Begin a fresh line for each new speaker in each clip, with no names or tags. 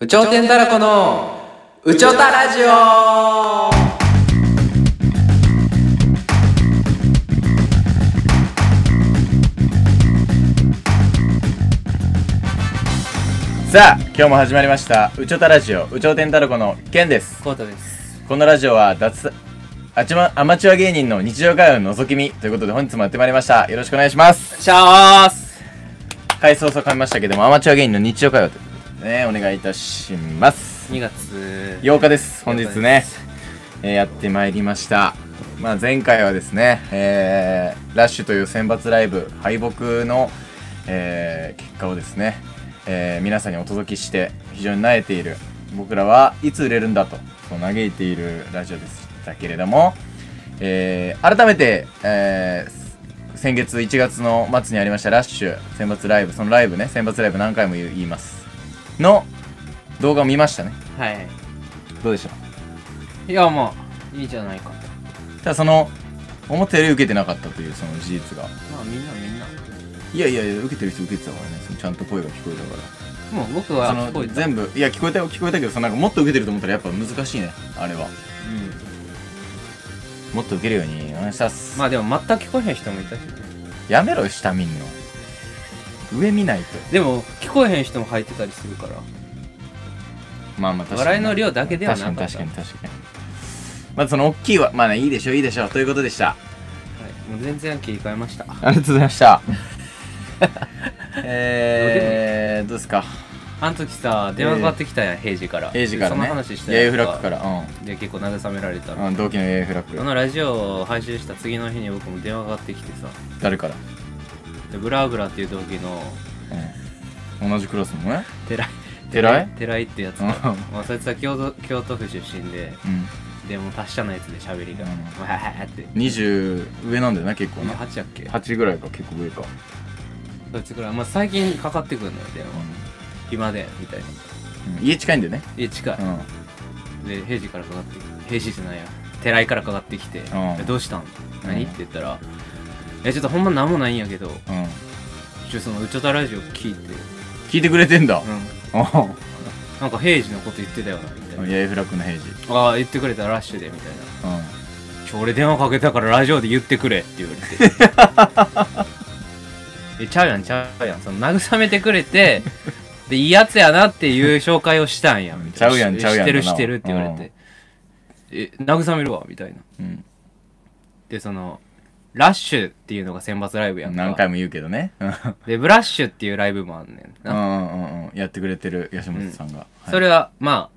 宇頂天たらこの宇宙たラジオ
さあ今日も始まりました「うちょたラジオうちょてんたらこ」のケンです
コートです
このラジオは脱アチマアマチュア芸人の日常会話の覗き見ということで本日もやってまいりましたよろしくお願いします
シャース
回想そう噛みましたけどもアマチュア芸人の日常会話ということでねお願いいたします
2月
8日です本日ね、えーやってまいりましたまあ前回はですね、えーラッシュという選抜ライブ敗北の、えー結果をですね、えー皆さんにお届けして非常に慣れている僕らはいつ売れるんだとこう嘆いているラジオでしたけれども、えー改めて、えー先月1月の末にありましたラッシュ選抜ライブそのライブね選抜ライブ何回も言う言いますの動画を見ましたね
はい
どうでした
いやまあいいじゃないか
ただその思ったより受けてなかったというその事実が
まあみんなみんない
やいやいや受けてる人受けてたからねそのちゃんと声が聞こえたか
もう僕
ら
は
そ
聞こえた
の全部いや聞こえたよ聞こえたけどそのなんかもっと受けてると思ったらやっぱ難しいねあれは
うん
もっと受けるようにお願いします、
まあでも全く聞こえへん人もいたしね
やめろよ下見んの上見ないと
でも聞こえへん人も入ってたりするから
まあまあ確かに
笑いの量だけではなかった
確かに確かに確かにまあその大きいはまあねいいでしょいいでしょということでした
はい、もう全然切り替えました。
ありがとうございました えー、どうですか
あの時さ、電話かかってきたやん、平時から。
エイジからね
その話した
ヤ
や
ユ
ん
フ
か
ラックからう
で、結構慰められた
ん、
ら。
うん、同期のヤユフラック
あのラジオを配信した次の日に僕も電話かかってきてさ、
誰から、
でブラーブラっていう同期の
うん、同じクラスのね
寺井。
寺井
寺井ってやつ
うん
が、まあ、そいつは京都京都府出身で、でもう達者なやつで喋りが、
うん
わーって。
20上なんだよな結構な
28やっけ
8ぐらいか結構上か、
そいつぐらい、まあ、最近かかってくるのよ電話暇でみたいな
うん家近いんだよね
家近い、
うん
で平時からかかって平時じゃないや寺井からかかってきて
うん
「えどうしたん
う
何?」
ん
って言ったら「えちょっとほんまなんもないんやけど
うん
ちょそのうちょたラジオ聞いて、
聞いてくれてんだ
うん、
う
なんか平時のこと言ってたよな」みたい
ん
な
ヤユフラックの平時
「ああ言ってくれたラッシュで」みたいな
うん
「ちょ俺電話かけたからラジオで言ってくれ」って言われて 「えちゃうやんちゃうやん」その慰めてくれ てでいいやつやなっていう紹介をしたんやみたいな
ちゃうやん
し
ちゃうや
し
ん
てる
だな
してるって言われて「え慰めるわ」みたいな
うん
でそのラッシュっていうのが選抜ライブやんか
何回も言うけどねうん
でブラッシュっていうライブもあんねん
う
な、
んうんうんやってくれてる吉本さんが、はい
それはまあ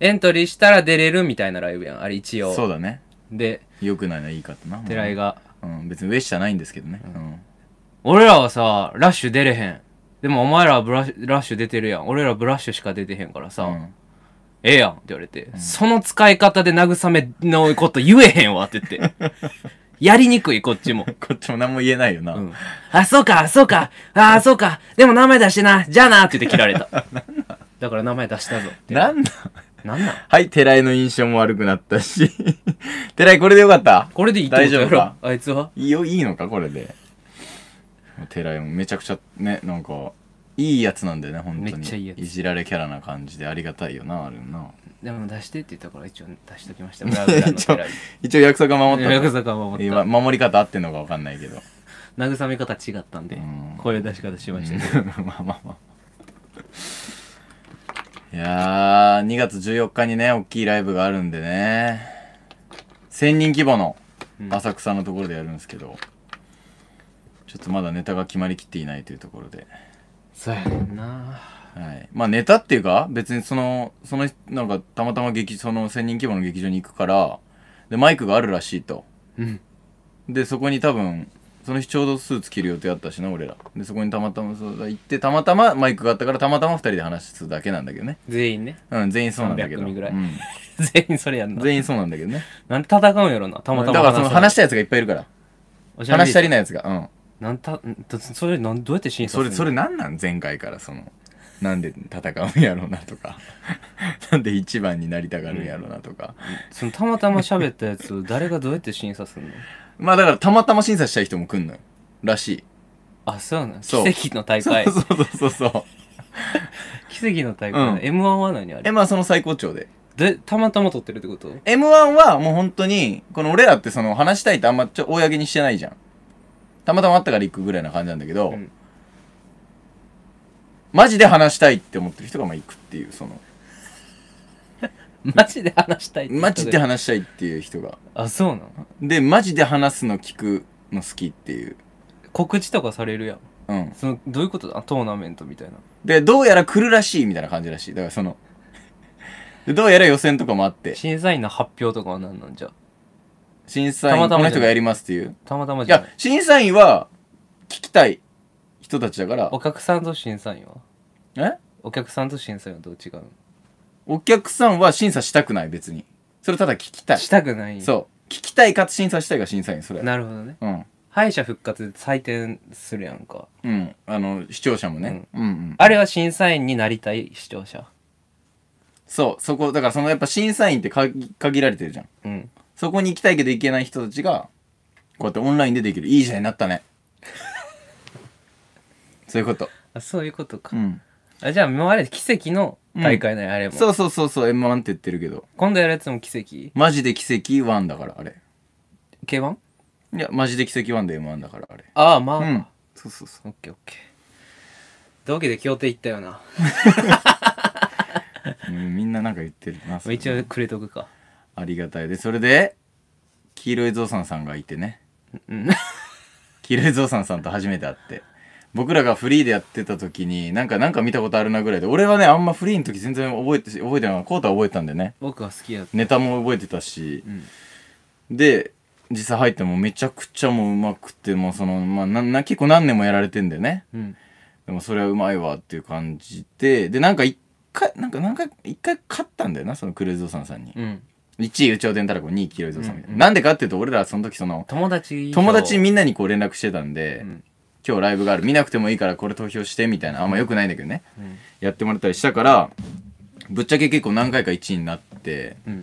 エントリーしたら出れるみたいなライブやんあれ一応
そうだね
で
よくないな言い方な
寺井が
うん、別に上下ないんですけどね、うん
「俺らはさラッシュ出れへんでもお前らはブラッラッシュ出てるやん俺らブラッシュしか出てへんからさ、
うん
ええやん」って言われて、その使い方で慰めのこと言えへんわ」って言って やりにくいこっちも
こっちも何も言えないよな、
うんあ、そうか、そうか、あー、そうか、でも名前出してな、じゃあなって言って切られた。だから名前出したぞって。
なんだ
なんなん
はい、寺井の印象も悪くなったし。 寺井、これでよかった
これでいいってことや
大丈夫
ろ
か
あいつはい
いよ、いいのか、これで。寺井もめちゃくちゃ、ね、なんか、いいやつなんだよね、本当に。
めっちゃいいやつ
じられキャラな感じでありがたいよな、あれな。
でも出してって言ったから一応出しときました。ブラブラの
一応
寺井。、
一応約束は守ったの。
ヤクザ感は守っ
今、
た。
守り方合ってんのかわかんない けど。
慰め方違ったんで
うん、
こういう出し方しましたけど。
まあまあまあ。いやー、2月14日にね、大きいライブがあるんでね。1000人規模の浅草のところでやるんですけど、ちょっとまだネタが決まりきっていないというところで。
そうやねんな
はい。まあネタっていうか、別にその、その、なんかたまたま劇、その1000人規模の劇場に行くから、で、マイクがあるらしいと。
うん。
でそこに多分その日ちょうどスーツ着る予定だったしな俺らでそこにたまたまそうだ行ってたまたまマイクがあったからたまたま2人で話すだけなんだけどね
全員ね。
うん全員そうなんだけど
300人ぐらい
うん
全員それやんな。
全員そうなんだけどね
なんで戦うんやろな。たまたま。
だからその話したやつがいっぱいいるから
おしゃべ
話
り
したりなやつがうん
なんた、んだそれ、なんどうやって審査す
そ
る
れ
の
それなんなん前回からそのなんで戦うんやろうなとか なんで一番になりたがるんやろうなとか、
そのたまたま喋ったやつを誰がどうやって審査するの
まあだからたまたま審査したい人も来んのよらしい
あ、そうなん
そう
奇跡の大会。
そうそうそうそう
奇跡の大会、
うん
M1 は何あ
え
れ
まあその最高潮で
でたまたま撮ってるってこと
M1 はもう本当に、この俺らってその話したいってあんまちょ公にしてないじゃん。たまたまあったから行くぐらいな感じなんだけど、
うん
マジで話したいって思ってる人がまあ行くっていう、その、
マジで話したいって言
マ
った
ジ
で
で話したいっていう人が。
あそうなの
で、マジで話すの聞くの好きっていう。
告知とかされるやん
うん。
そのどういうことだトーナメントみたいな
で、どうやら来るらしいみたいな感じらしい。だからその、でどうやら予選とかもあって、
審査員の発表とかは何なんじゃ
審査員
たまたまじゃな
この
い
人がやりますっていう。
たまたま
い
じゃ
や
ない、
審査員は聞きたい人たちだから
お、客さんと審査員は
え
お客さんと審査員はどう違うの
お客さんは審査したくない別にそれただ聞きたい
したくない
そう聞きたいかつ審査したいが審査員それ
なるほどね
うん
敗者復活で採点するやんか
うんあの視聴者もね、うん、うん
あれは審査員になりたい視聴者
そうそこだからそのやっぱ審査員って限限られてるじゃん
うん
そこに行きたいけど行けない人たちがこうやってオンラインでできるいい時代になっ たねそういうこと
あそういうことか、
うん
あじゃあもうあれ奇跡の大会なんやあれも、
そうそうそうそう M1 って言ってるけど
今度やるやつも奇跡
マジで奇跡1だからあれ
K1?
いやマジで奇跡1で M1 だからあれ
ああまあ、
うんそうそうそう
オッケーオッケー同期で協定行ったよな
うんみんななんか言ってるなそれ
一応くれとくか
ありがたいでそれで黄色いゾウさんさんがいてね
うん
黄色いゾウさんさんと初めて会って僕らがフリーでやってた時になんかなんか見たことあるなぐらいで俺はねあんまフリーの時全然覚えて覚えてないコータは覚えてたんでね
僕は好きやった
ネタも覚えてたし
うん
で実際入ってもめちゃくちゃもううまくてもうその、まあ、なな結構何年もやられてんだよね
うん
でもそれはうまいわっていう感じででなんか一回なんかなんか一回勝ったんだよなそのクレイゾウさんさんに
うん
1位有頂天太郎2位黄色いゾウさんみた
う
いな、
んうん
なんでかっていうと俺らはその時その
友達
友達
見
みんなにこう連絡してたんで、
うん
今日ライブがある見なくてもいいからこれ投票してみたいなあんま良くないんだけどね
うん
やってもらったりしたからぶっちゃけ結構何回か1位になって
うん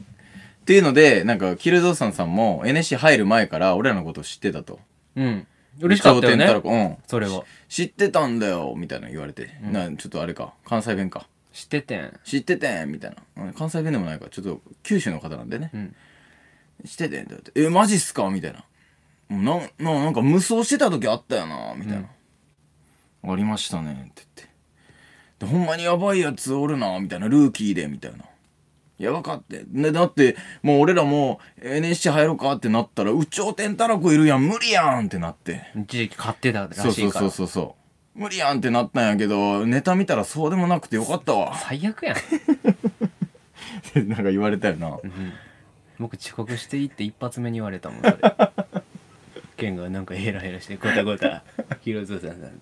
っていうのでなんかキルゾーさんさんも NSC 入る前から俺らのことを知ってたと
うん嬉しかったよ
有頂天
ね
太郎うん
それは
知ってたんだよみたいなの言われて、なちょっとあれか関西弁か
知っててん
知っててんみたいなうん関西弁でもないからちょっと九州の方なんでね
うん
しててんだって「えマジっすか?」みたいな「なななんか無双してた時あったよな」みたいな「ありましたね」って言ってで「ほんまにやばいやつおるな」みたいな「ルーキーで」みたいな「やばかって」ね、だってもう俺らもう NSC 入ろうかってなったら「有頂天太郎子いるやん無理やん」ってなって
一時期買ってたらしいか
そ
ら
うそうそうそうそう無理やんってなったんやけどネタ見たらそうでもなくてよかったわ
最悪やん、
って なんか言われたよな
うん、僕遅刻していいって一発目に言われたもんそれケンがなんかヘラヘラしてゴタゴタヒロゾウさんさんなんか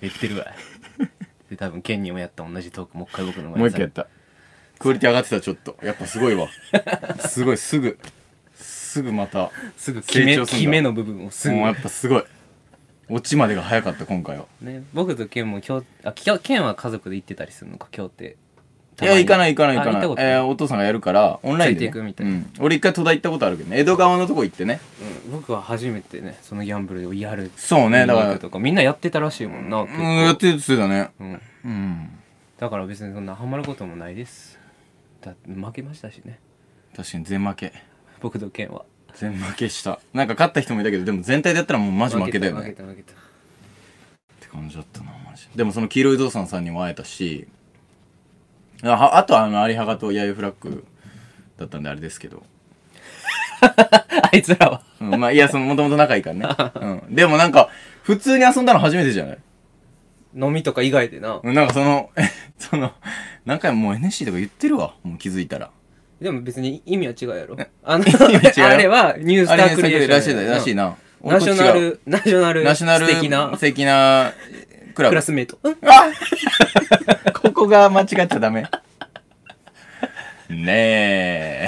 言ってるわで多分ケンにもやった同じトークもう一回僕の前で
もう一回やったクオリティ上がってたちょっとやっぱすご いわすごいすぐすぐまた
すぐ決め
成長すんだ
決めの部分をすぐ
もうやっぱすごい落ちまでが早かった今回は
ね、僕とケンも今日あきょケンは家族で行ってたりするのか今日って
いや行かない行かない行か
あ行
な
っ
い
たことない
えーお父さんがやるからオンラインで、ね、
ついていくみたいな
うん、俺一回戸田行ったことあるけどね江戸川のとこ行ってね
うん、僕は初めてねそのギャンブルをやる
そうねだか
見
ら
に行くとかみんなやってたらしいもんな、
う
結構
んやってるっつってたね
うん、
うん
だから別にそんなハマることもないですだって負けましたしね
確かに全負け
僕とケンは
全負けしたなんか勝った人もいたけどでも全体でやったらもうマジ負けだよね
負けた負けた負
って感じだったなマジででもその黄色いゾウさんさんにも会えたしあはあとはあの有ハガとヤイフラッグだったんであれですけど、
け たあいつらは
うん、まあいやそのもともと仲いいから ね、うん、でもなんか普通に遊んだの初めてじゃない
飲みとか以外でな、
うんなんかその その何回ももう NSC とか言ってるわもう気づいたら
でも別に意味は違うやろあの
味は違う
あれはニュースタ
あれ
ー
ね
クリエーション
らしいならしい
な
な
ナショナ
俺と違う
ルナショナル
ナショナル
素敵な
素敵なクラ
ク
ブ
ラスメイトうん
あここが間違っちゃダメ。ねえ。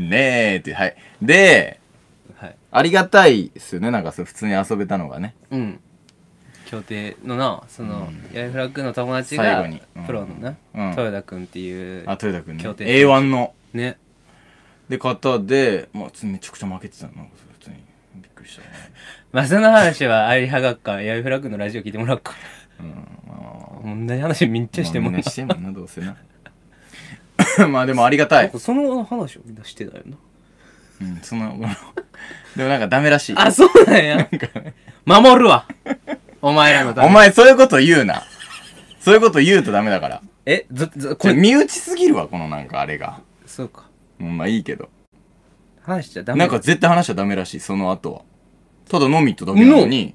ねえって、はい。で、
はい
ありがたいですよね。なんかそう、普通に遊べたのがね。
うん協定のなその、ヤイフラッグの友達
最
が
後にうん
プロのな、
うん
豊田君っていう
あ、豊田くんね。
協定
A1 の。
ね
で、方で、もう普通にめちゃくちゃ負けてたの。なんか普通に。びっくりしたね。
まあその話は有葉学科ヤイフラッグのラジオ聞いてもらおうか
うんま
同じ話めっちゃ
あ
しても
みん
な
なしてんもんなどうせなまあでもありがた
なん
い
か、その話をみんなしてたよな
うん、そのでもなんかダメらしい
あそうなんや守るわお前らのため
お前そういうこと言うなそういうこと言うとダメだから
えずずこ
これ
れ
身内すぎるわこのなんかあれが
そうか
うんまあいいけど
話しちゃダメ
なんか絶対話しちゃダメらしいその後はただ飲み行っただけなのに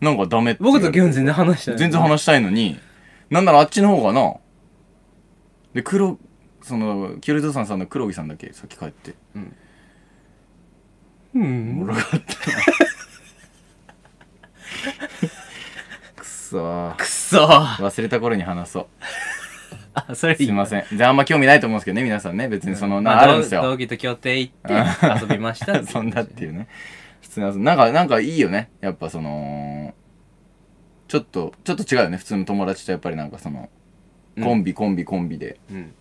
なんかダメって言わ
僕と
れて
基本全然話した
全然話したいのに、なんならあっちの方がな、で、黒、その、キルトさんさんの黒木さんだけさっき帰って、
うん
もろか ったな。くそー
くそー
忘れた頃に話そう。
あそれ
すいません。じゃああんま興味ないと思うんですけどね、皆さんね。別にその、
ま
なあるんです
同
よ。
同期と協定行って遊びましたっていう
そんなっていうね。普通の、なんか、なんかいいよね。やっぱその、ちょっと、ちょっと違うよね。普通の友達とやっぱりなんかその、
うん
コンビ、コンビ、コンビで。
うん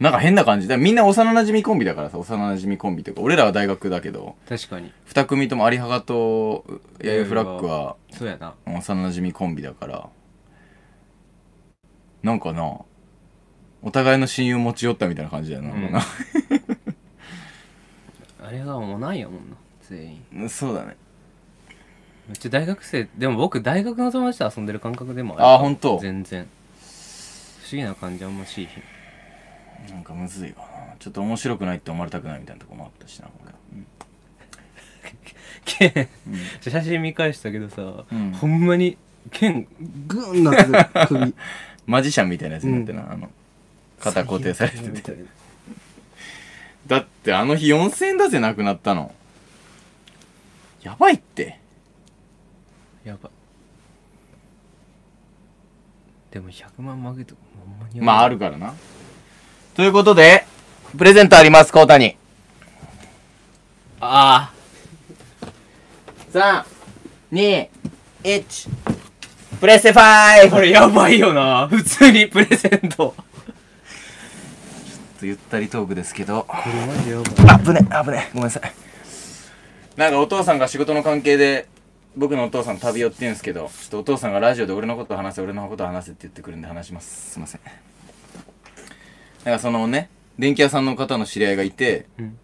なんか変な感じだみんな幼馴染コンビだからさ幼馴染コンビというか俺らは大学だけど
確かに
2組とも有ガとヤイフラッグは
そうやな
幼馴染コンビだからなんかなお互いの親友持ち寄ったみたいな感じだよな、
うんあれがもうないやもんな全員
うん そうだね
めっちゃ大学生でも僕大学の友達と遊んでる感覚でもある
ああほんと
全然不思議な感じあんましいひん
なんかむずいわなちょっと面白くないって思われたくないみたいなとこもあったしな俺は
ケン、写真見返したけどさ、
うん
ほんまにケングーンな ってた首
マジシャンみたいなやつになってな、あの肩固定されてて
て
だってあの日4000円だぜなくなったのやばいって
やばいでも100万負けとかほんまにやばい
まああるからな。ということで、プレゼントあります、コータに。
あ
3、2、1、プレステ5
あこれやばいよな普通にプレゼント
ゆったりトークですけど。
これマジやばい
あぶね、あぶね、ごめんなさい。なんかお父さんが仕事の関係で、僕のお父さん旅寄ってんすけど、ちょっとお父さんがラジオで俺のこと話せ、俺のこと話せって言ってくるんで話します。すいません。なんかそのね、電気屋さんの方の知り合いがいて、
うん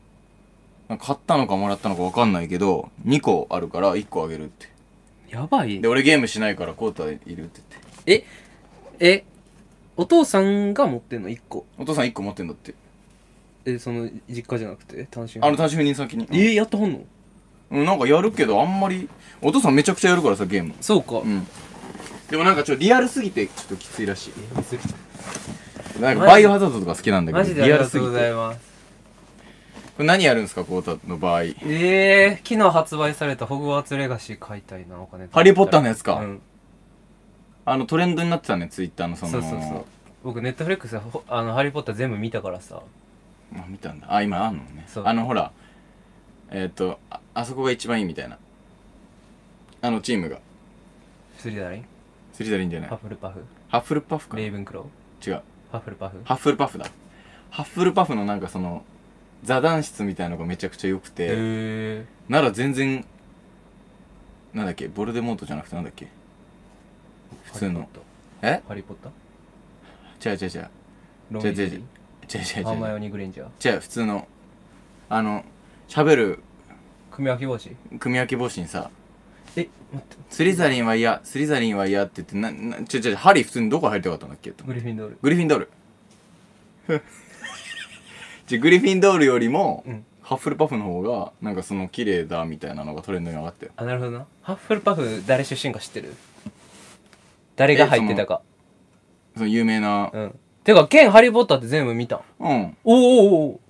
なんか買ったのかもらったのかわかんないけど、2個あるから1個あげるって。
やばい
で俺ゲームしないからコータいるって言って
ええお父さんが持ってんの1個
お父さん1個持ってんだって
えその実家じゃなくて単身
あの単身赴任先に
えやってはんの
うんなんかやるけどあんまりお父さんめちゃくちゃやるからさゲーム
そうか、
うんでもなんかちょっとリアルすぎてちょっときついらし
えむずい
いなんかバイオハザードとか好きなんだ
マ
け
ジ
ど
であ
リ
り
ア
が
ルす
と
ぎ
う
て
ございます
これ何やるんですかコータの場合
ええー、昨日発売されたホグワーツレガシー買いたいなお金
ハリーポッターのやつか
うん、
あのトレンドになってたねツイッターのそ
そ
の
うそうそう僕ネットフリックスでほあのハリーポッター全部見たからさ
あ見たんだあ今あんのね
そう
あのほらえっ、とああそこが一番いいみたいなあのチームが
スリダリン
スリザリンじゃない
ハッフルパフ
ハッフルパフか
レイ
違
ブンクロ
う
ーハッフルパフ
ハッフルパフだ。ハッフルパフのなんかその、座談室みたいなのがめちゃくちゃ良くて、
え
なら全然、なんだっけ、ボルデモートじゃなくてなんだっけ。
ー、
普通の
ハリーポッ
え
ターハリーポッター
違う違う違う。
ロンリー
違う違う
リ
違う違
ーハー
う
マ
違
イ
う。
オニーグレンジャー
違う、普通の、あの、喋る
組み分け帽子
組み分け帽子にさ、
え待って
スリザリンは嫌、スリザリンは嫌って言って、な、な、違う違う、ハリー普通にどこ入りたかったんだっけと
グリフィンドール
グリフィンドール。 じゃグリフィンドールよりも、
うん
ハッフルパフの方が、なんかその綺麗だみたいなのがトレンドに上がったよ。
あなるほどなハッフルパフ誰出身か知ってる誰が入ってたか
その有名な、
うんてかケンハリー・ポッターって全部見た
うん。
おおお お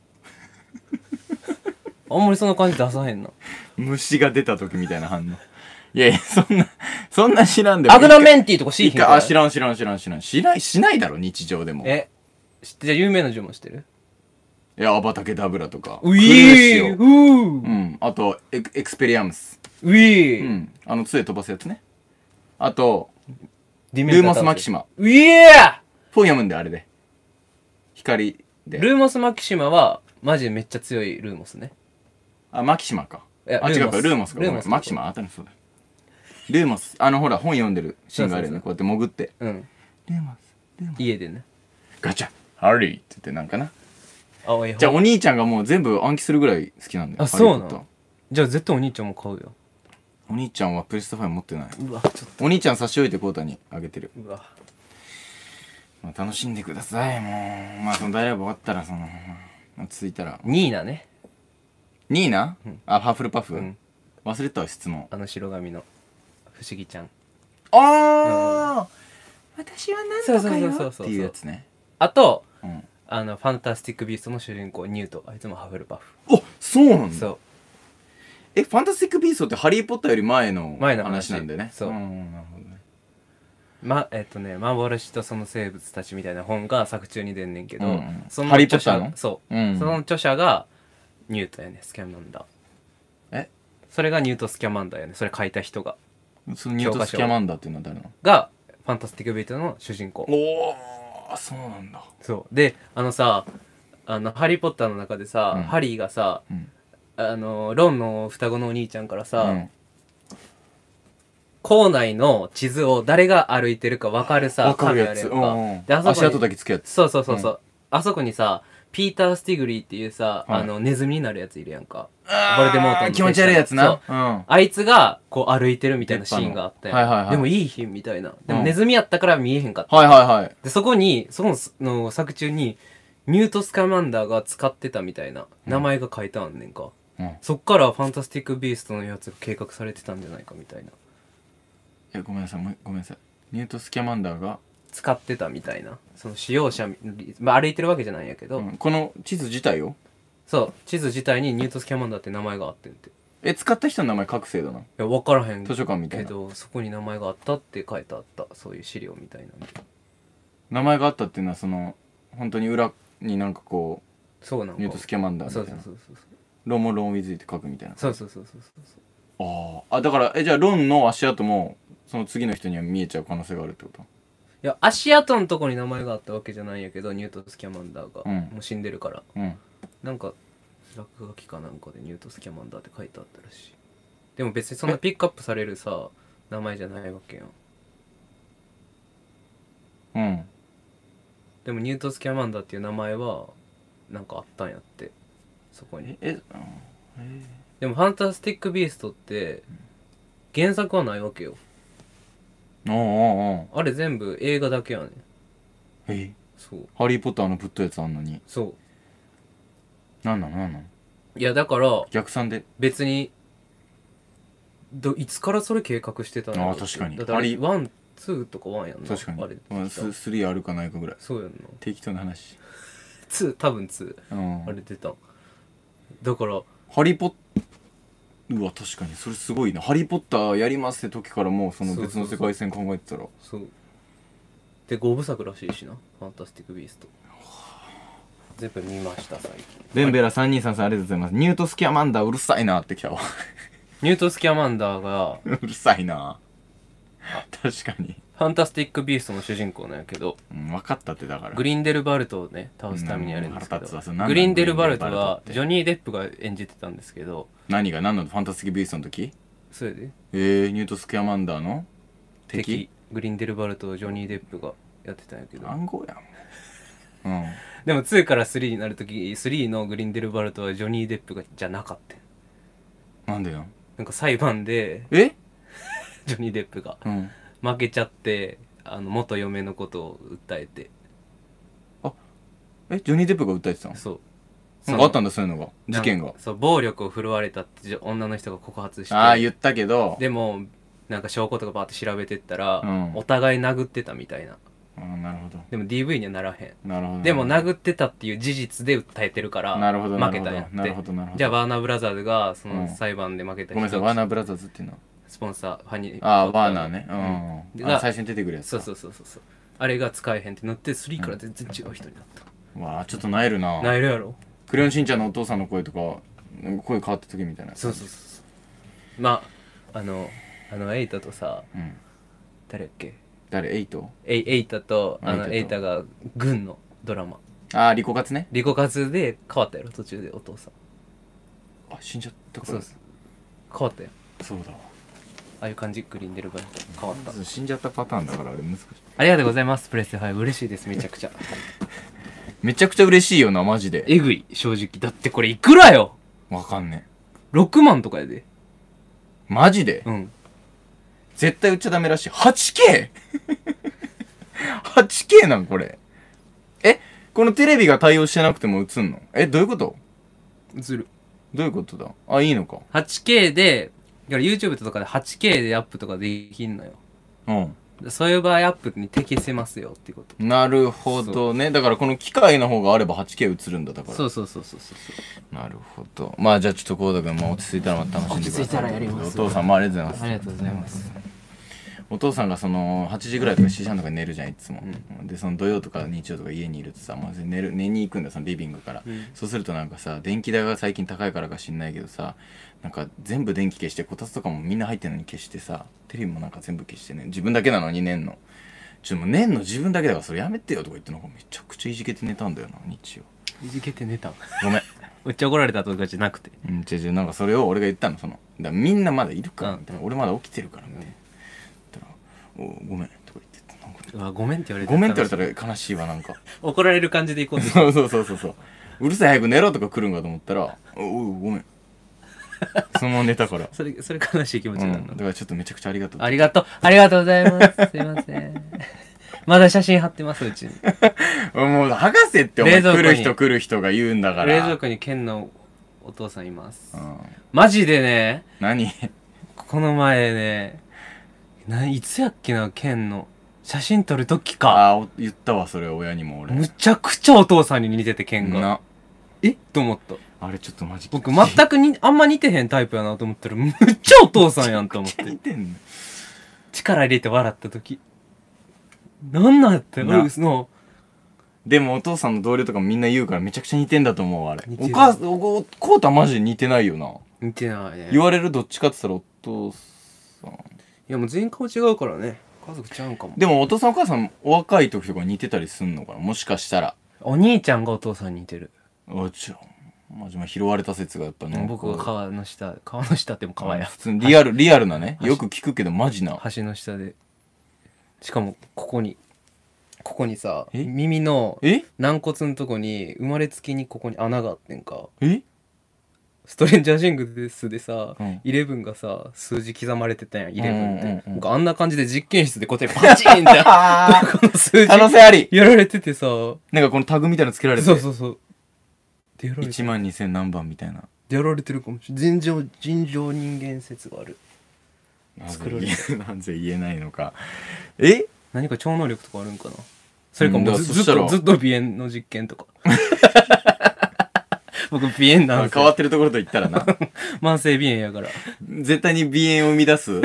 おあんまりそんな感じ出さへんな
虫が出た時みたいな反応。いやいや、そんな、そんな知らんでも。
アグナメンティーとか知
一
いひん
回
から
あ、知らん知らん知らん知らん。しない、しないだろ、日常でも。い
え知ってじゃあ有名な呪文知ってる
や、アバタケダブラとか。
ウ
来る
ィ
し
ー
よ
ウー
うん。あと、エクエクスペリアムス。
ウィ
う
ー
ん。あの、杖飛ばすやつね。あと、
ディ
ルーマス・
倒せ
マキシマ。
ウィー
フォーヤムンであれで。光で。
ルーモス・マキシマはマジでめっちゃ強いルーモスね
あ、マキシマか。
いや
あ、違うか、ル
ルー
ーモ
モ
ス
ス
か。
ル
ご
ー
め
モス
んマキシマ、あたりそうだ。ルーモスあのほら本読んでるシーンがあるよね
そ
こうやって潜って
うん
ルーモスルーモス
家でね
ガチャハリーって言ってなんかな
青い方
じゃあお兄ちゃんがもう全部暗記するぐらい好きなんだよ
あ
ハリー
そうな
ポッター
のじゃあ絶対お兄ちゃんも買うよ
お兄ちゃんはプレステ5持ってないう
わちょっ
お兄ちゃん差し置いてコータにあげてる、
とうわ
まあ、楽しんでくださいもうまあその大ライブ終わったらそのまあ続いたら
ニーナね
ニーナ、あハーフルパフ、
うん
忘れたわ質問
あの白髪の不思議ちゃん
ああ、私は何
とかよ
っていうやつね
あと
うん
あのファンタスティック・ビーストの主人公ニュートあいつもハフルパフ、
あそうなんだ
そ
えファンタスティック・ビーストって「ハリー・ポッター」より前の
前の話
話なんだよね
そうん
なるほどね
うまえっとね「幻とその生物たち」みたいな本が作中に出んねんけど、
うんうん
その
ハリーポ
著
ッター
者
の
そう、
うん
その著者がニュートやねスキャマンダー
え
それがニュート・スキャマンダーやねそれ書いた人が
そのニュート・スキャマンダーっていうのは誰なの
がファンタスティック・ビーストの主人公
おおそうなんだ
そうであのさあの「ハリー・ポッター」の中でさ、
うん
ハリーがさ
うん
あのロンの双子のお兄ちゃんからさ、
うん
校内の地図を誰が歩いてるか分かるさ
わかるやつ
紙
う
あれやんか
んうん
であそこに
足跡だけつくやつ
そうそうそうそう、あそこにさピーター・スティグリーっていうさ、
はい
あのネズミになるやついるやんか
バ
レてもうたんで
気持ち悪いやつな
そう
うん
あいつがこう歩いてるみたいなシーンがあって、
鉄板のはいはいはい
でもいい日みたいなでも
うん
ネズミやったから見えへんかった、
はいはいはい。
でそこにそのの作中にニュート・スカマンダーが使ってたみたいな名前が書いてあんねんか、
うん、
そっからファンタスティック・ビーストのやつが計画されてたんじゃないかみたいな
えごめんなさいもうごめんなさいニュート・スキャマンダーが、
使ってたみたいなその使用者み、まあ、歩いてるわけじゃないんやけど、
うんこの地図自体を
そう地図自体にニュート・スキャマンダーって名前があってんてい
え使った人の名前覚醒だな
や分からへん
図書館みた
け
いな
どそこに名前があったって書いてあったそういう資料みたいな
名前があったっていうのはその本当に裏になんかこ
そうな
うんニュー
か
ト・スキャマンダーみた
そ
いうな
そうそうそう
ロンもロン・ウィズイって書くみたいな
そうそうそうそうそうそう
あーあだからえじゃあロンの足跡もその次の人には見えちゃう可能性があるってこと
いや足跡のとこに名前があったわけじゃないんやけどニュート・スキャマンダーが、
うん
もう死んでるから
うん
なんか落書きかなんかでニュート・スキャマンダーって書いてあったらしいでも別にそんなピックアップされるさ名前じゃないわけやん
うん
でもニュート・スキャマンダーっていう名前はなんかあったんやってそこに
ええあ
でも「ファンタスティック・ビースト」って原作はないわけよ
ーあああ
あれ全部映画だけやねん
え
そう
ハリー・ポッターのぶっといやつあんのに
そ
なんなのなんなの
ういやだから
逆算で
別にどいつからそれ計画してたの
あー確かに
だってあ
あ
れ
り
ワンツーとかワンやんな
確かに
あれ
うんス3あるかないかぐらい
そうやんな
適当な話
ツー多分ツー
うん
あれ出ただから
ハリポッうわ確かにそれすごいな「ハリー・ポッター」やりますって時からもうその別の世界線考えてたら
そうで5部作らしいしな「ファンタスティック・ビースト」全部見ました最近
ベンベラ3233ありがとうございますニュート・スキャマンダーうるさいなってきたわ
ニュート・スキャマンダーが
うるさいな確かに、
ファンタスティック・ビーストの主人公なんやけど
うん、分かったってだから
グリンデルバルトをね倒すためにやるんですけ
うん腹立つわそ
ど、
れ何なの
グリンデルバルト
グリンデルバ
は
ルトって
ジョニー・デップが演じてたんですけど
何が何のファンタスティック・ビーストの時
それで
えー、ニュート・スキャマンダーの敵
敵グリンデルバルトをジョニー・デップがやってたんやけど
暗号やんうん
でも2から3になる時3のグリンデルバルトはジョニー・デップがじゃなかった
なんでよ
なんか裁判で
え
ジョニー・デップが
うん
負けちゃってあの元嫁のことを訴えて
えジョニー・デップが訴えてたの
そう
なんかあったん
だ
だそういうのが事件が
そう暴力を振るわれたってじょ女の人が告発して
ああ言ったけど
でもなんか証拠とかバーって調べてったら、
うん
お互い殴ってたみたいな
うんなるほど
でも DV にはならへ
なるほど
んでも殴ってたっていう事実で訴えてるから
なるほど
負けたんやって
なるほどなるほど
じゃあワーナーブラザーズがそうの
ん
裁判で負けた
ごめんなさいワー
ナ
ナーブラザーズっていうの
スポンサーファニー
ああワーナー
う
ねうんん
が
あ最初に出てくるやつ
そうそうそうそうそうあれが使えへんってなって3から全然違う人になった、
うわあちょっとなえるな
なえるやろ
クレヨンしんちゃんのお父さんの声とかなんか声変わった時みたいな
そうそうそうそうまああのあのエイタとさ
うん
誰やっけ
誰エイト
エイエイタとあのエ
エ
イ
イタ
タ
と
が軍のドラマ
ああリコカツね
リコカツで変わったやろ途中でお父さん
あ死んじゃったか
そう
ら
そう変わったやん
そうだわ
ああいう感じっくりに出る場合変わった
死んじゃったパターンだからあれ難しい
ありがとうございますプレステ5嬉しいですめちゃくちゃ
めちゃくちゃ嬉しいよなマジで
えぐい正直だってこれいくらよ
わかんね
6万とかやで
えマジで
うん
絶対売っちゃダメらしい 8K8K なんこれえこのテレビが対応してなくても映んのえどういうこと
ずる
どういうことだあいいのか
8K でだから YouTube とかで 8K でアップとかできんのよ
うん
そういう場合アップに適せますよっていうこと
なるほどねだからこの機械の方があれば 8K 映るんだだから
そうそうそうそうそうそ
なるほどまあじゃあちょっとコード君、まあ、落ち着いたらまた楽しんでください
落ち着いたらやります
お父さんもありがとうございます
うありがとうございます
お父さんがその8時ぐらいとか7時半とかに寝るじゃんいつも、でその土曜とか日曜とか家にいるとさ、まあ、寝る寝に行くんだよそのリビングから、
うん
そうするとなんかさ電気代が最近高いからか知んないけどさなんか全部電気消してこたつとかもみんな入ってるのに消してさテレビもなんか全部消してね自分だけなのに寝んのちょっともう寝んの自分だけだからそれやめてよとか言ってなんかめちゃくちゃいじけて寝たんだよな日曜
いじけて寝た
ごめん
めっちゃ怒られたとかじゃなくて
うん、違う違う、なんかそれを俺が言ったの、その。だからみんなまだいるから、みたいな。俺まだ起きてるから、みたいな。言ったら、おごめん、とか言って、なんか
うわごめんって言われて
ごめんって言われたら悲しいわ、なんか。
怒られる感じで行こうぜ
そうそうそうそうそう。うるさい、早く寝ろとか来るんかと思ったら、おおごめん。そのまま寝たから。
それそれ悲しい気
う
持
ん、
ちになる
だ
の、
からちょっとめちゃくちゃありがとう。
ありがとうありがとうございますすいませんまだ写真貼ってますうちに
もう、剥がせって、お
冷
前
蔵庫
来
に
る人来る人が言うんだから。
冷蔵庫にケンのお父さんいます、
うん。
マジでね
何
この前ねないつやっけなケンの写真撮る時か
ああ、お言ったわ、それ、親にも俺。
むちゃくちゃお父さんに似ててケンが
な。
えと思った
あれ、ちょっとマジ
僕全くにあんま似てへんタイプやなと思ったらむっちゃお父さんやんと思っ
似
て
てんの。
力入れて笑った時なんなんやって
な
俺の
でもお父さんの同僚とかもみんな言うからめちゃくちゃ似てんだと思うわあれ
似て
お
る
母さんおおコータマジで似てないよな、
似てないね
言われるどっちかって言ったらお父さん
いやもう全員顔違うからね家族ちゃうんかも
でもお父さんお母さんお若い時とか似てたりすんのかなもしかしたら
お兄ちゃんがお父さんに似てる
あちょマジまあ拾われた説がやっぱね
僕が川の下川の下っても川や
普通にリアルリアルなねよく聞くけどマジな
橋の下でしかもここにここにさ
え
耳の
え
軟骨のとこに生まれつきにここに穴があってんか
え
ストレンジャーシングスでさ、
うん
イレブンがさ数字刻まれてたやんイレブンって、
うんうんうん
僕あんな感じで実験室でこうやってパチン ってこ
あー
の数字
可能性あり
やられててさそ
なんかこのタグみたいなのつけられ
う
て
そうそうでやられて
1万2000何番みたいな
でやられてるかもしれない尋常尋常人間説がある作られ
なんぜ言えないのかえ
何か超能力とかあるんかなそれかも
う
うんず,、
だからそした
っ
ら
とずっと鼻炎の実験 とか僕鼻炎なん
あ
です
変わ
よ
ってるところと言ったらな
慢性鼻炎やから
絶対に鼻炎を生み出す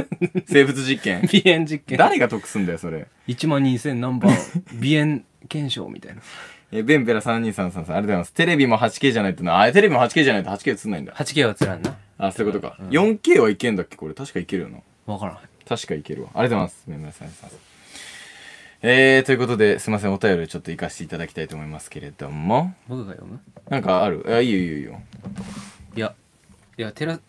生物 実験
鼻炎実験
誰が得すんだよそれ
1万2000何番鼻炎検証みたいな
えベンペラ3233さんありがとうございますテレビも 8K じゃないとなあテレビも 8K じゃないと 8K 映んないんだ
8K はつらんな
あそういうことか、
うん
4K はいけんだっけこれ確かいけるよな
分からん
確かいけるわありがとうございますベンペラ3233さんえー、ということですいませんお便りちょっと行かせていただきたいと思いますけれども
僕が読む
なんかあるあいいよいいよいいよ
いやいやテラ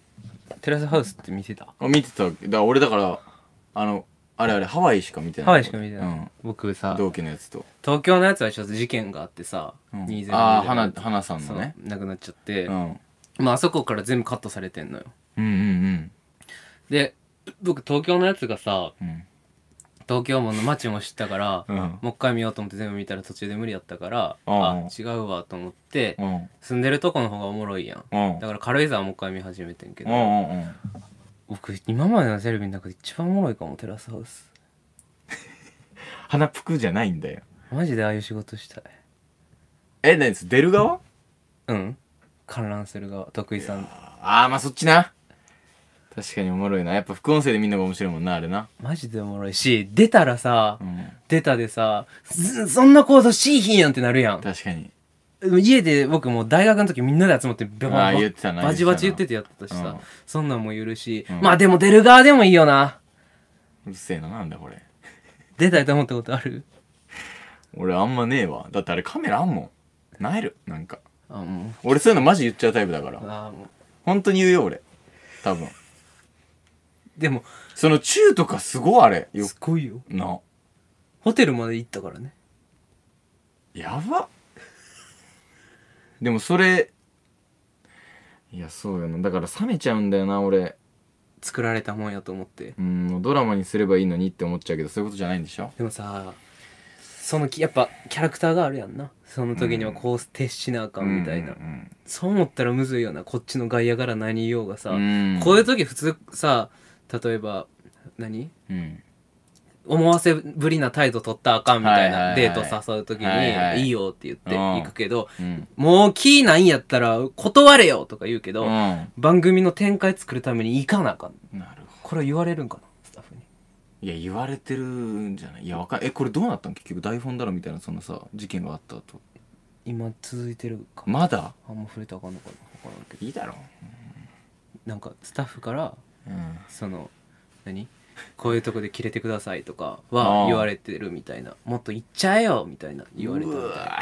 テラスハウスって見てた
あ見てただから俺だからあのあれあれハワイしか見てない
ハワイしか見てない、
うん
僕さ
同期のやつと、
東京のやつはちょっと事件があってさ、
うん
2020
ああ花花さんのね
そう亡くなっちゃって、
うん
まああそこから全部カットされてんのよ
うんうん
で僕東京のやつがさ
うん
東京もの街も知ったから、
うん
もう一回見ようと思って全部見たら途中で無理やったから、
うん
あ違うわと思って、
うん
住んでるとこの方がおもろいやん
うん
だから軽井沢もう一回見始めてんけ
う
ど、
んうんうん
僕今までのテレビの中で一番おもろいかもテラスハウス
鼻ぷくじゃないんだよ
マジでああいう仕事したい
え何です出る側
うん観覧する側徳井さん
ああまあそっちな確かにおもろいなやっぱ副音声でみんなが面白いもんなあれな
マジでおもろいし出たらさ、
うん
出たでさずそんな行動しいひんやんってなるやん
確かに
家で僕もう大学の時みんなで集まってバ
あー言ってたな
バチバチ言っててやってたし
言
さ、
ってたなうん
そんなんも言るし、
うん
まあでも出る側でもいいよな
うるせえななんだこれ
出たいと思ったことある
俺あんまねえわだってあれカメラあんもんなえるなんか
あも
俺そういうのマジ言っちゃうタイプだか
う
ら
あもう
本当に言うよ俺多分
でも
その中とかすごいあれよ
すごいよ
な
ホテルまで行ったからね
やばでもそれいやそうよなだから冷めちゃうんだよな俺
作られたもんやと思って
うんドラマにすればいいのにって思っちゃうけどそういうことじゃないんでしょ
でもさそのきやっぱキャラクターがあるやんなその時にはこう徹しなあかんみたいな、
うん
そう思ったらむずいよなこっちの外野から何言おうがさ、
うん
こういう時普通さ例えば何
うん
思わせぶりな態度取ったらあかんみたいな、
はいはいはい
デート誘う時に、
はい
い
はい
い、よって言って行くけど、
うん
もうキーないんやったら断れよとか言うけ
う
ど、
ん
番組の展開作るために行かなあかん
なるほど
これは言われるんかなスタッフに
いや言われてるんじゃないいやわかんえこれどうなったの結局台本だろみたいなそんなさ事件があった後
今続いてるか
まだ
あんま触れたらあかんのかな分からんけど
いいだろ
なんかスタッフから
うん
その何こういうとこで切れてくださいとか
あ
は
ー
言われてるみたいなもっと言っちゃえよみたいな言われたみたいうな
わ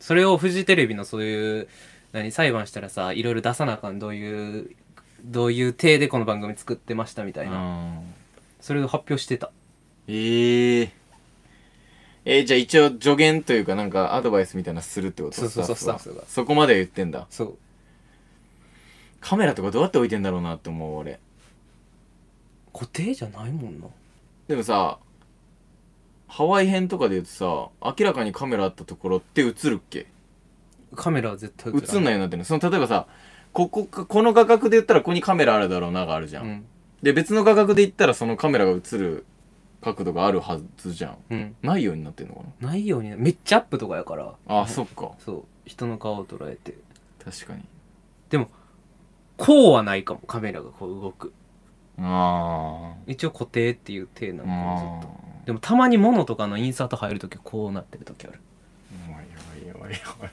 それをフジテレビのそういう何裁判したらさいろいろ出さなあかんどういうどういう体でこの番組作ってましたみたいな、
うん
それを発表してた
えええーじゃあ一応助言というかなんかアドバイスみたいなのするってこと
そうそうそう
タッフ
スタッフ
は
が
そこまで言ってんだ
そう
カメラとかどうやって置いてんだろうなって思う俺
固定じゃないもんな
でもさハワイ編とかで言うとさ明らかにカメラあったところって映るっけ
カメラは絶対
映
な
ん
い
ないようになってるのその例えばさここかこの画角で言ったらここにカメラあるだろうながあるじゃ、
うんん
で別の画角で言ったらそのカメラが映る角度があるはずじゃん
うん
ないようになってんのか
ないようになめっちゃアップとかやから
なあ、そっか
そう人の顔を捉えて
確かに
こうはないかもカメラがこう動く
あ
一応固定っていう体な
あ
のかなずっとでもたまに物とかのインサート入るときこうなってるときある
やばいやばいやばいやばい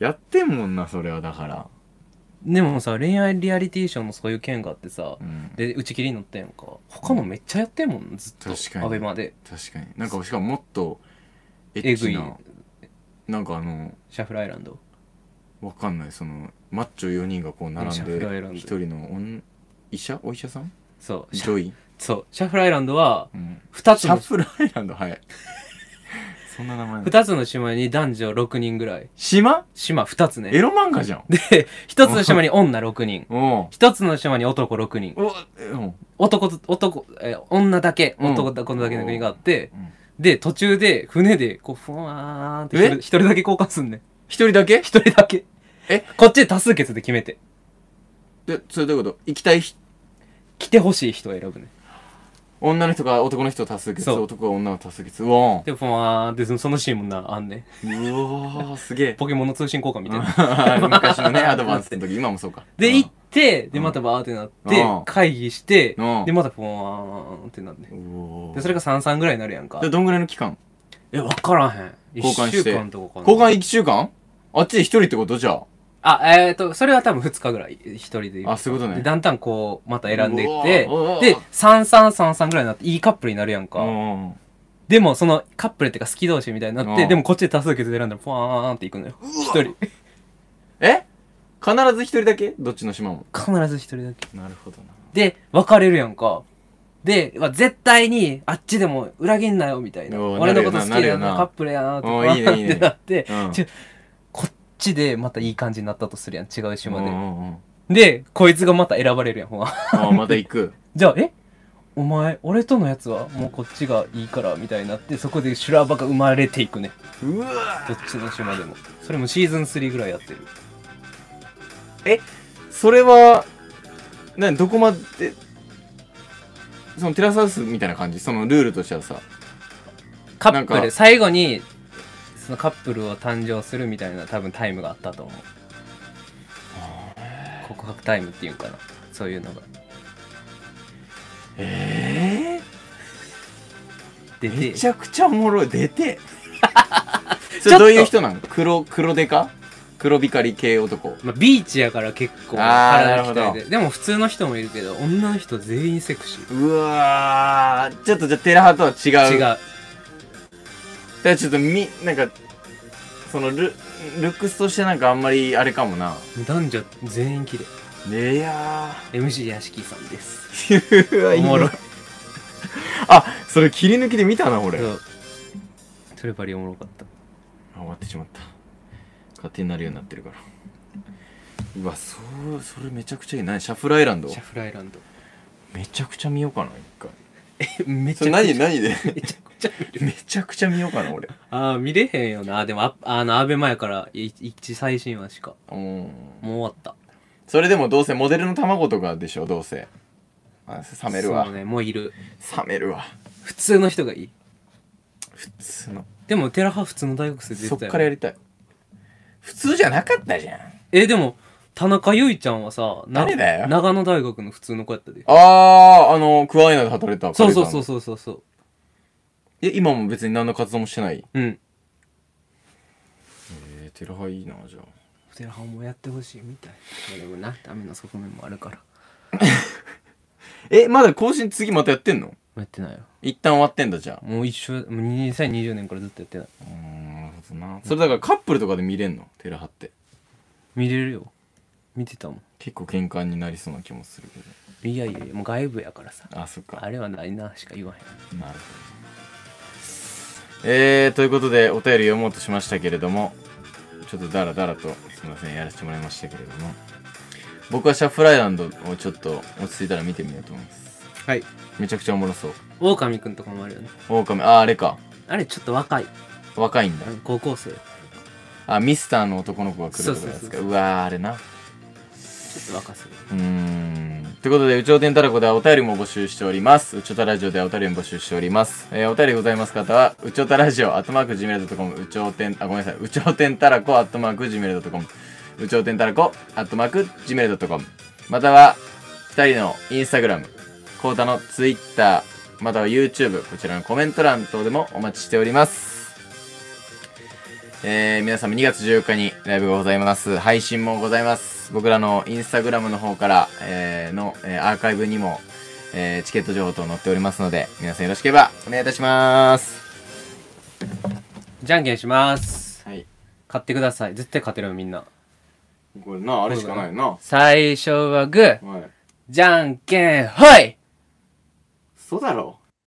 やってんもんなそれはだから、
でもさ恋愛リアリティショーもそういう件があってさ
うん、
で打ち切りに乗ったやんか他のめっちゃやってんもんずっと
確かに
アベマで
確かになんかしかももっとエ
え
ッ
ぐ
チ
い
ななんかあの
シャッフルアイランド
わかんないそのマッチョ4人がこう並
シャ
ん
ッフルアイラン
で
ド
一人の女医者お医者さん
そうシャ
女医、
そうシャッフルアイランドは
うん、
2つ
シャッ
の
フルアイランドはい そんな名前なの
二つの島に男女6人ぐらい
島
島2つ
エ
ね
ロ漫画じゃん
で1つの島に女6人
おう
1つの島に男6人
おうん
男と男、えー女だけ
うん
男だこのだけの国があって、
うん
で途中で船でこうふわーんって一人
え
一人だけ交換すんねん
一人だけ
一人だけ
え
こっちで多数決で決めて
でそれどういうこと行きたい人
来てほしい人を選ぶね
女の人が男の人を多数決
そう
男が女を多数決うわ
でふわーんってそのそのシーンもなあんね
うわーすげえ
ポケモンの通信交換みたいな
昔のねアドバンスの時今もそうか
で
うん
行ってで
うん
またバーってなって
うん
会議して
うん
でまたふわーんってなんね
うおー
でそれが33ぐらいになるやんか
でどんぐらいの期間
え分からへん
交換して
1週間とかかな
交換1週間あっちで一人ってことじゃあ
あ、えっ、と、それは多分2日ぐらい、一人で。
あそういうことね
でだんだんこう、また選んでいっ
うわうわ
て、で、3333ぐらいになって、いいカップルになるやんか。
うんう
でも、そのカップルっていうか好き同士みたいになっ
う
て、
ん
でもこっちで多数決で選んだら、ポワーンっていくのよ。一人。
え必ず一人だけどっちの島も
必ず一人だけ。
なるほどな
で、別れるやんか。で、まあ絶対に、あっちでも裏切んなよ、みたいな。
おう
俺のこと好き
なる
だ
よな
な、カップルやな、と
お
か、
ういいねいいね
ってなって、
うん
ちょこっちでまたいい感じになったとするやん、違う島
う
で。
んうんうん
で、こいつがまた選ばれるやん、ほんま
ああまた行く
じゃあえお前俺とのやつはもうこっちがいいからみたいになってそこで修羅場が生まれていくね
うわ
どっちの島でもそれもシーズン3ぐらいやってる
それは何どこまでそのテラスハウスみたいな感じそのルールとしてはさ
カップ
なん
ル
か
最後にそのカップルを誕生するみたいな多分タイムがあったと思う告白タイムっていうんかなそういうのが
え
出
えめ
て
ちゃくちゃおもろい出てそ
ちょっと
れどういう人なの黒黒デカ黒光り系男
まあ、ビーチやから結構
あー
体鍛
なる
え
ほ
てでも普通の人もいるけど女の人全員セクシ
うわーちょっとじゃあテラハとは違
ー
う
違
だか
う
らちょっとみなんかそのルルックスとしてなんかあんまりあれかもな
男女全員綺麗
いや
MC 屋敷さんです
ーう わ
おもろい
なあそれ切り抜きで見たな俺
そうそれバリおもろかった
あ終わってしまった勝手になるようになってるからうわそうそれめちゃくちゃいい何シャッフルアイランド
シャッフルアイランド
めちゃくちゃ見ようかな一回
えめち
そ
ゃくち
れ
ゃ
何何で
めちゃくちゃ見る
めちゃくちゃ見ようかな俺
ああ見れへんよなあでもああのアベマやからい一最新話しか
うん
もう終わった
それでもどうせモデルの卵とかでしょどうせあ冷めるわ、
そうねもういる
冷めるわ
普通の人がいい
普通の
でもテラハ普通の大学生出て
そった
よ
からやりたい普通じゃなかったじゃん
えでも田中結ちゃんはさな
誰だよ
長野大学の普通の子やったで
あーあのクワイナで働いてた
そうそうそう
う
そうそうそう
え今も別に何の活動もしてない
うん
えー、テラハいいなじゃあ
テラハもやってほしいみたいまあでもなダメな側面もあるからも
えまだ更新次またやってんの
うやってないよ
一旦終わってんだじゃあ
もう一緒もう2020年からずっとやってないう
ーんなるほどなそれだからカップルとかで見れんのテラハって
見れるよ見てたも
結構喧嘩になりそうな気もするけ
んいやいやいやもう外部やからさ
どあそっか
あれはないなしか言わへん
なるほど。えー、ということでお便り読もうとしましたけれどもちょっとダラダラとすいませんやらせてもらいましたけれども僕はシャッフライランドをちょっと落ち着いたら見てみようと思います
はい
めちゃくちゃおもろそう
オオカミくんとかもあるよね
オオカミああれか
あれちょっと若い
若いんだ
高校生ちょ
あミスターの男の子が来るとかで
そ
す
う
か
そうそう
うわーあれな
っと若すぎる
うーん。ということで、宇宙天たらこではお便りも募集しております。宇宙たラジオではお便りも募集しております。えーお便りございます方は、宇宙たラジオ、アットマーク、ジメルドットコム、宇宙天、あ、ごめんなさい、宇宙天たらこ、アットマーク、ジメルドットコム、宇宙天たらこ、アットマーク、ジメルドットコム、または、二人のインスタグラム、コウタのツイッター、または YouTube、こちらのコメント欄等でもお待ちしております。えー皆様2月14日にライブがございます。配信もございます。僕らのインスタグラムの方から、えーの、えーアーカイブにも、えーチケット情報等載っておりますので、皆さんよろしければお願いいたします。
じゃんけんします
はい。
買ってください絶対勝てるよみんな
これな、あ
れしかない
な。
最初はグー
はい。
じゃんけんほい
そうだろ。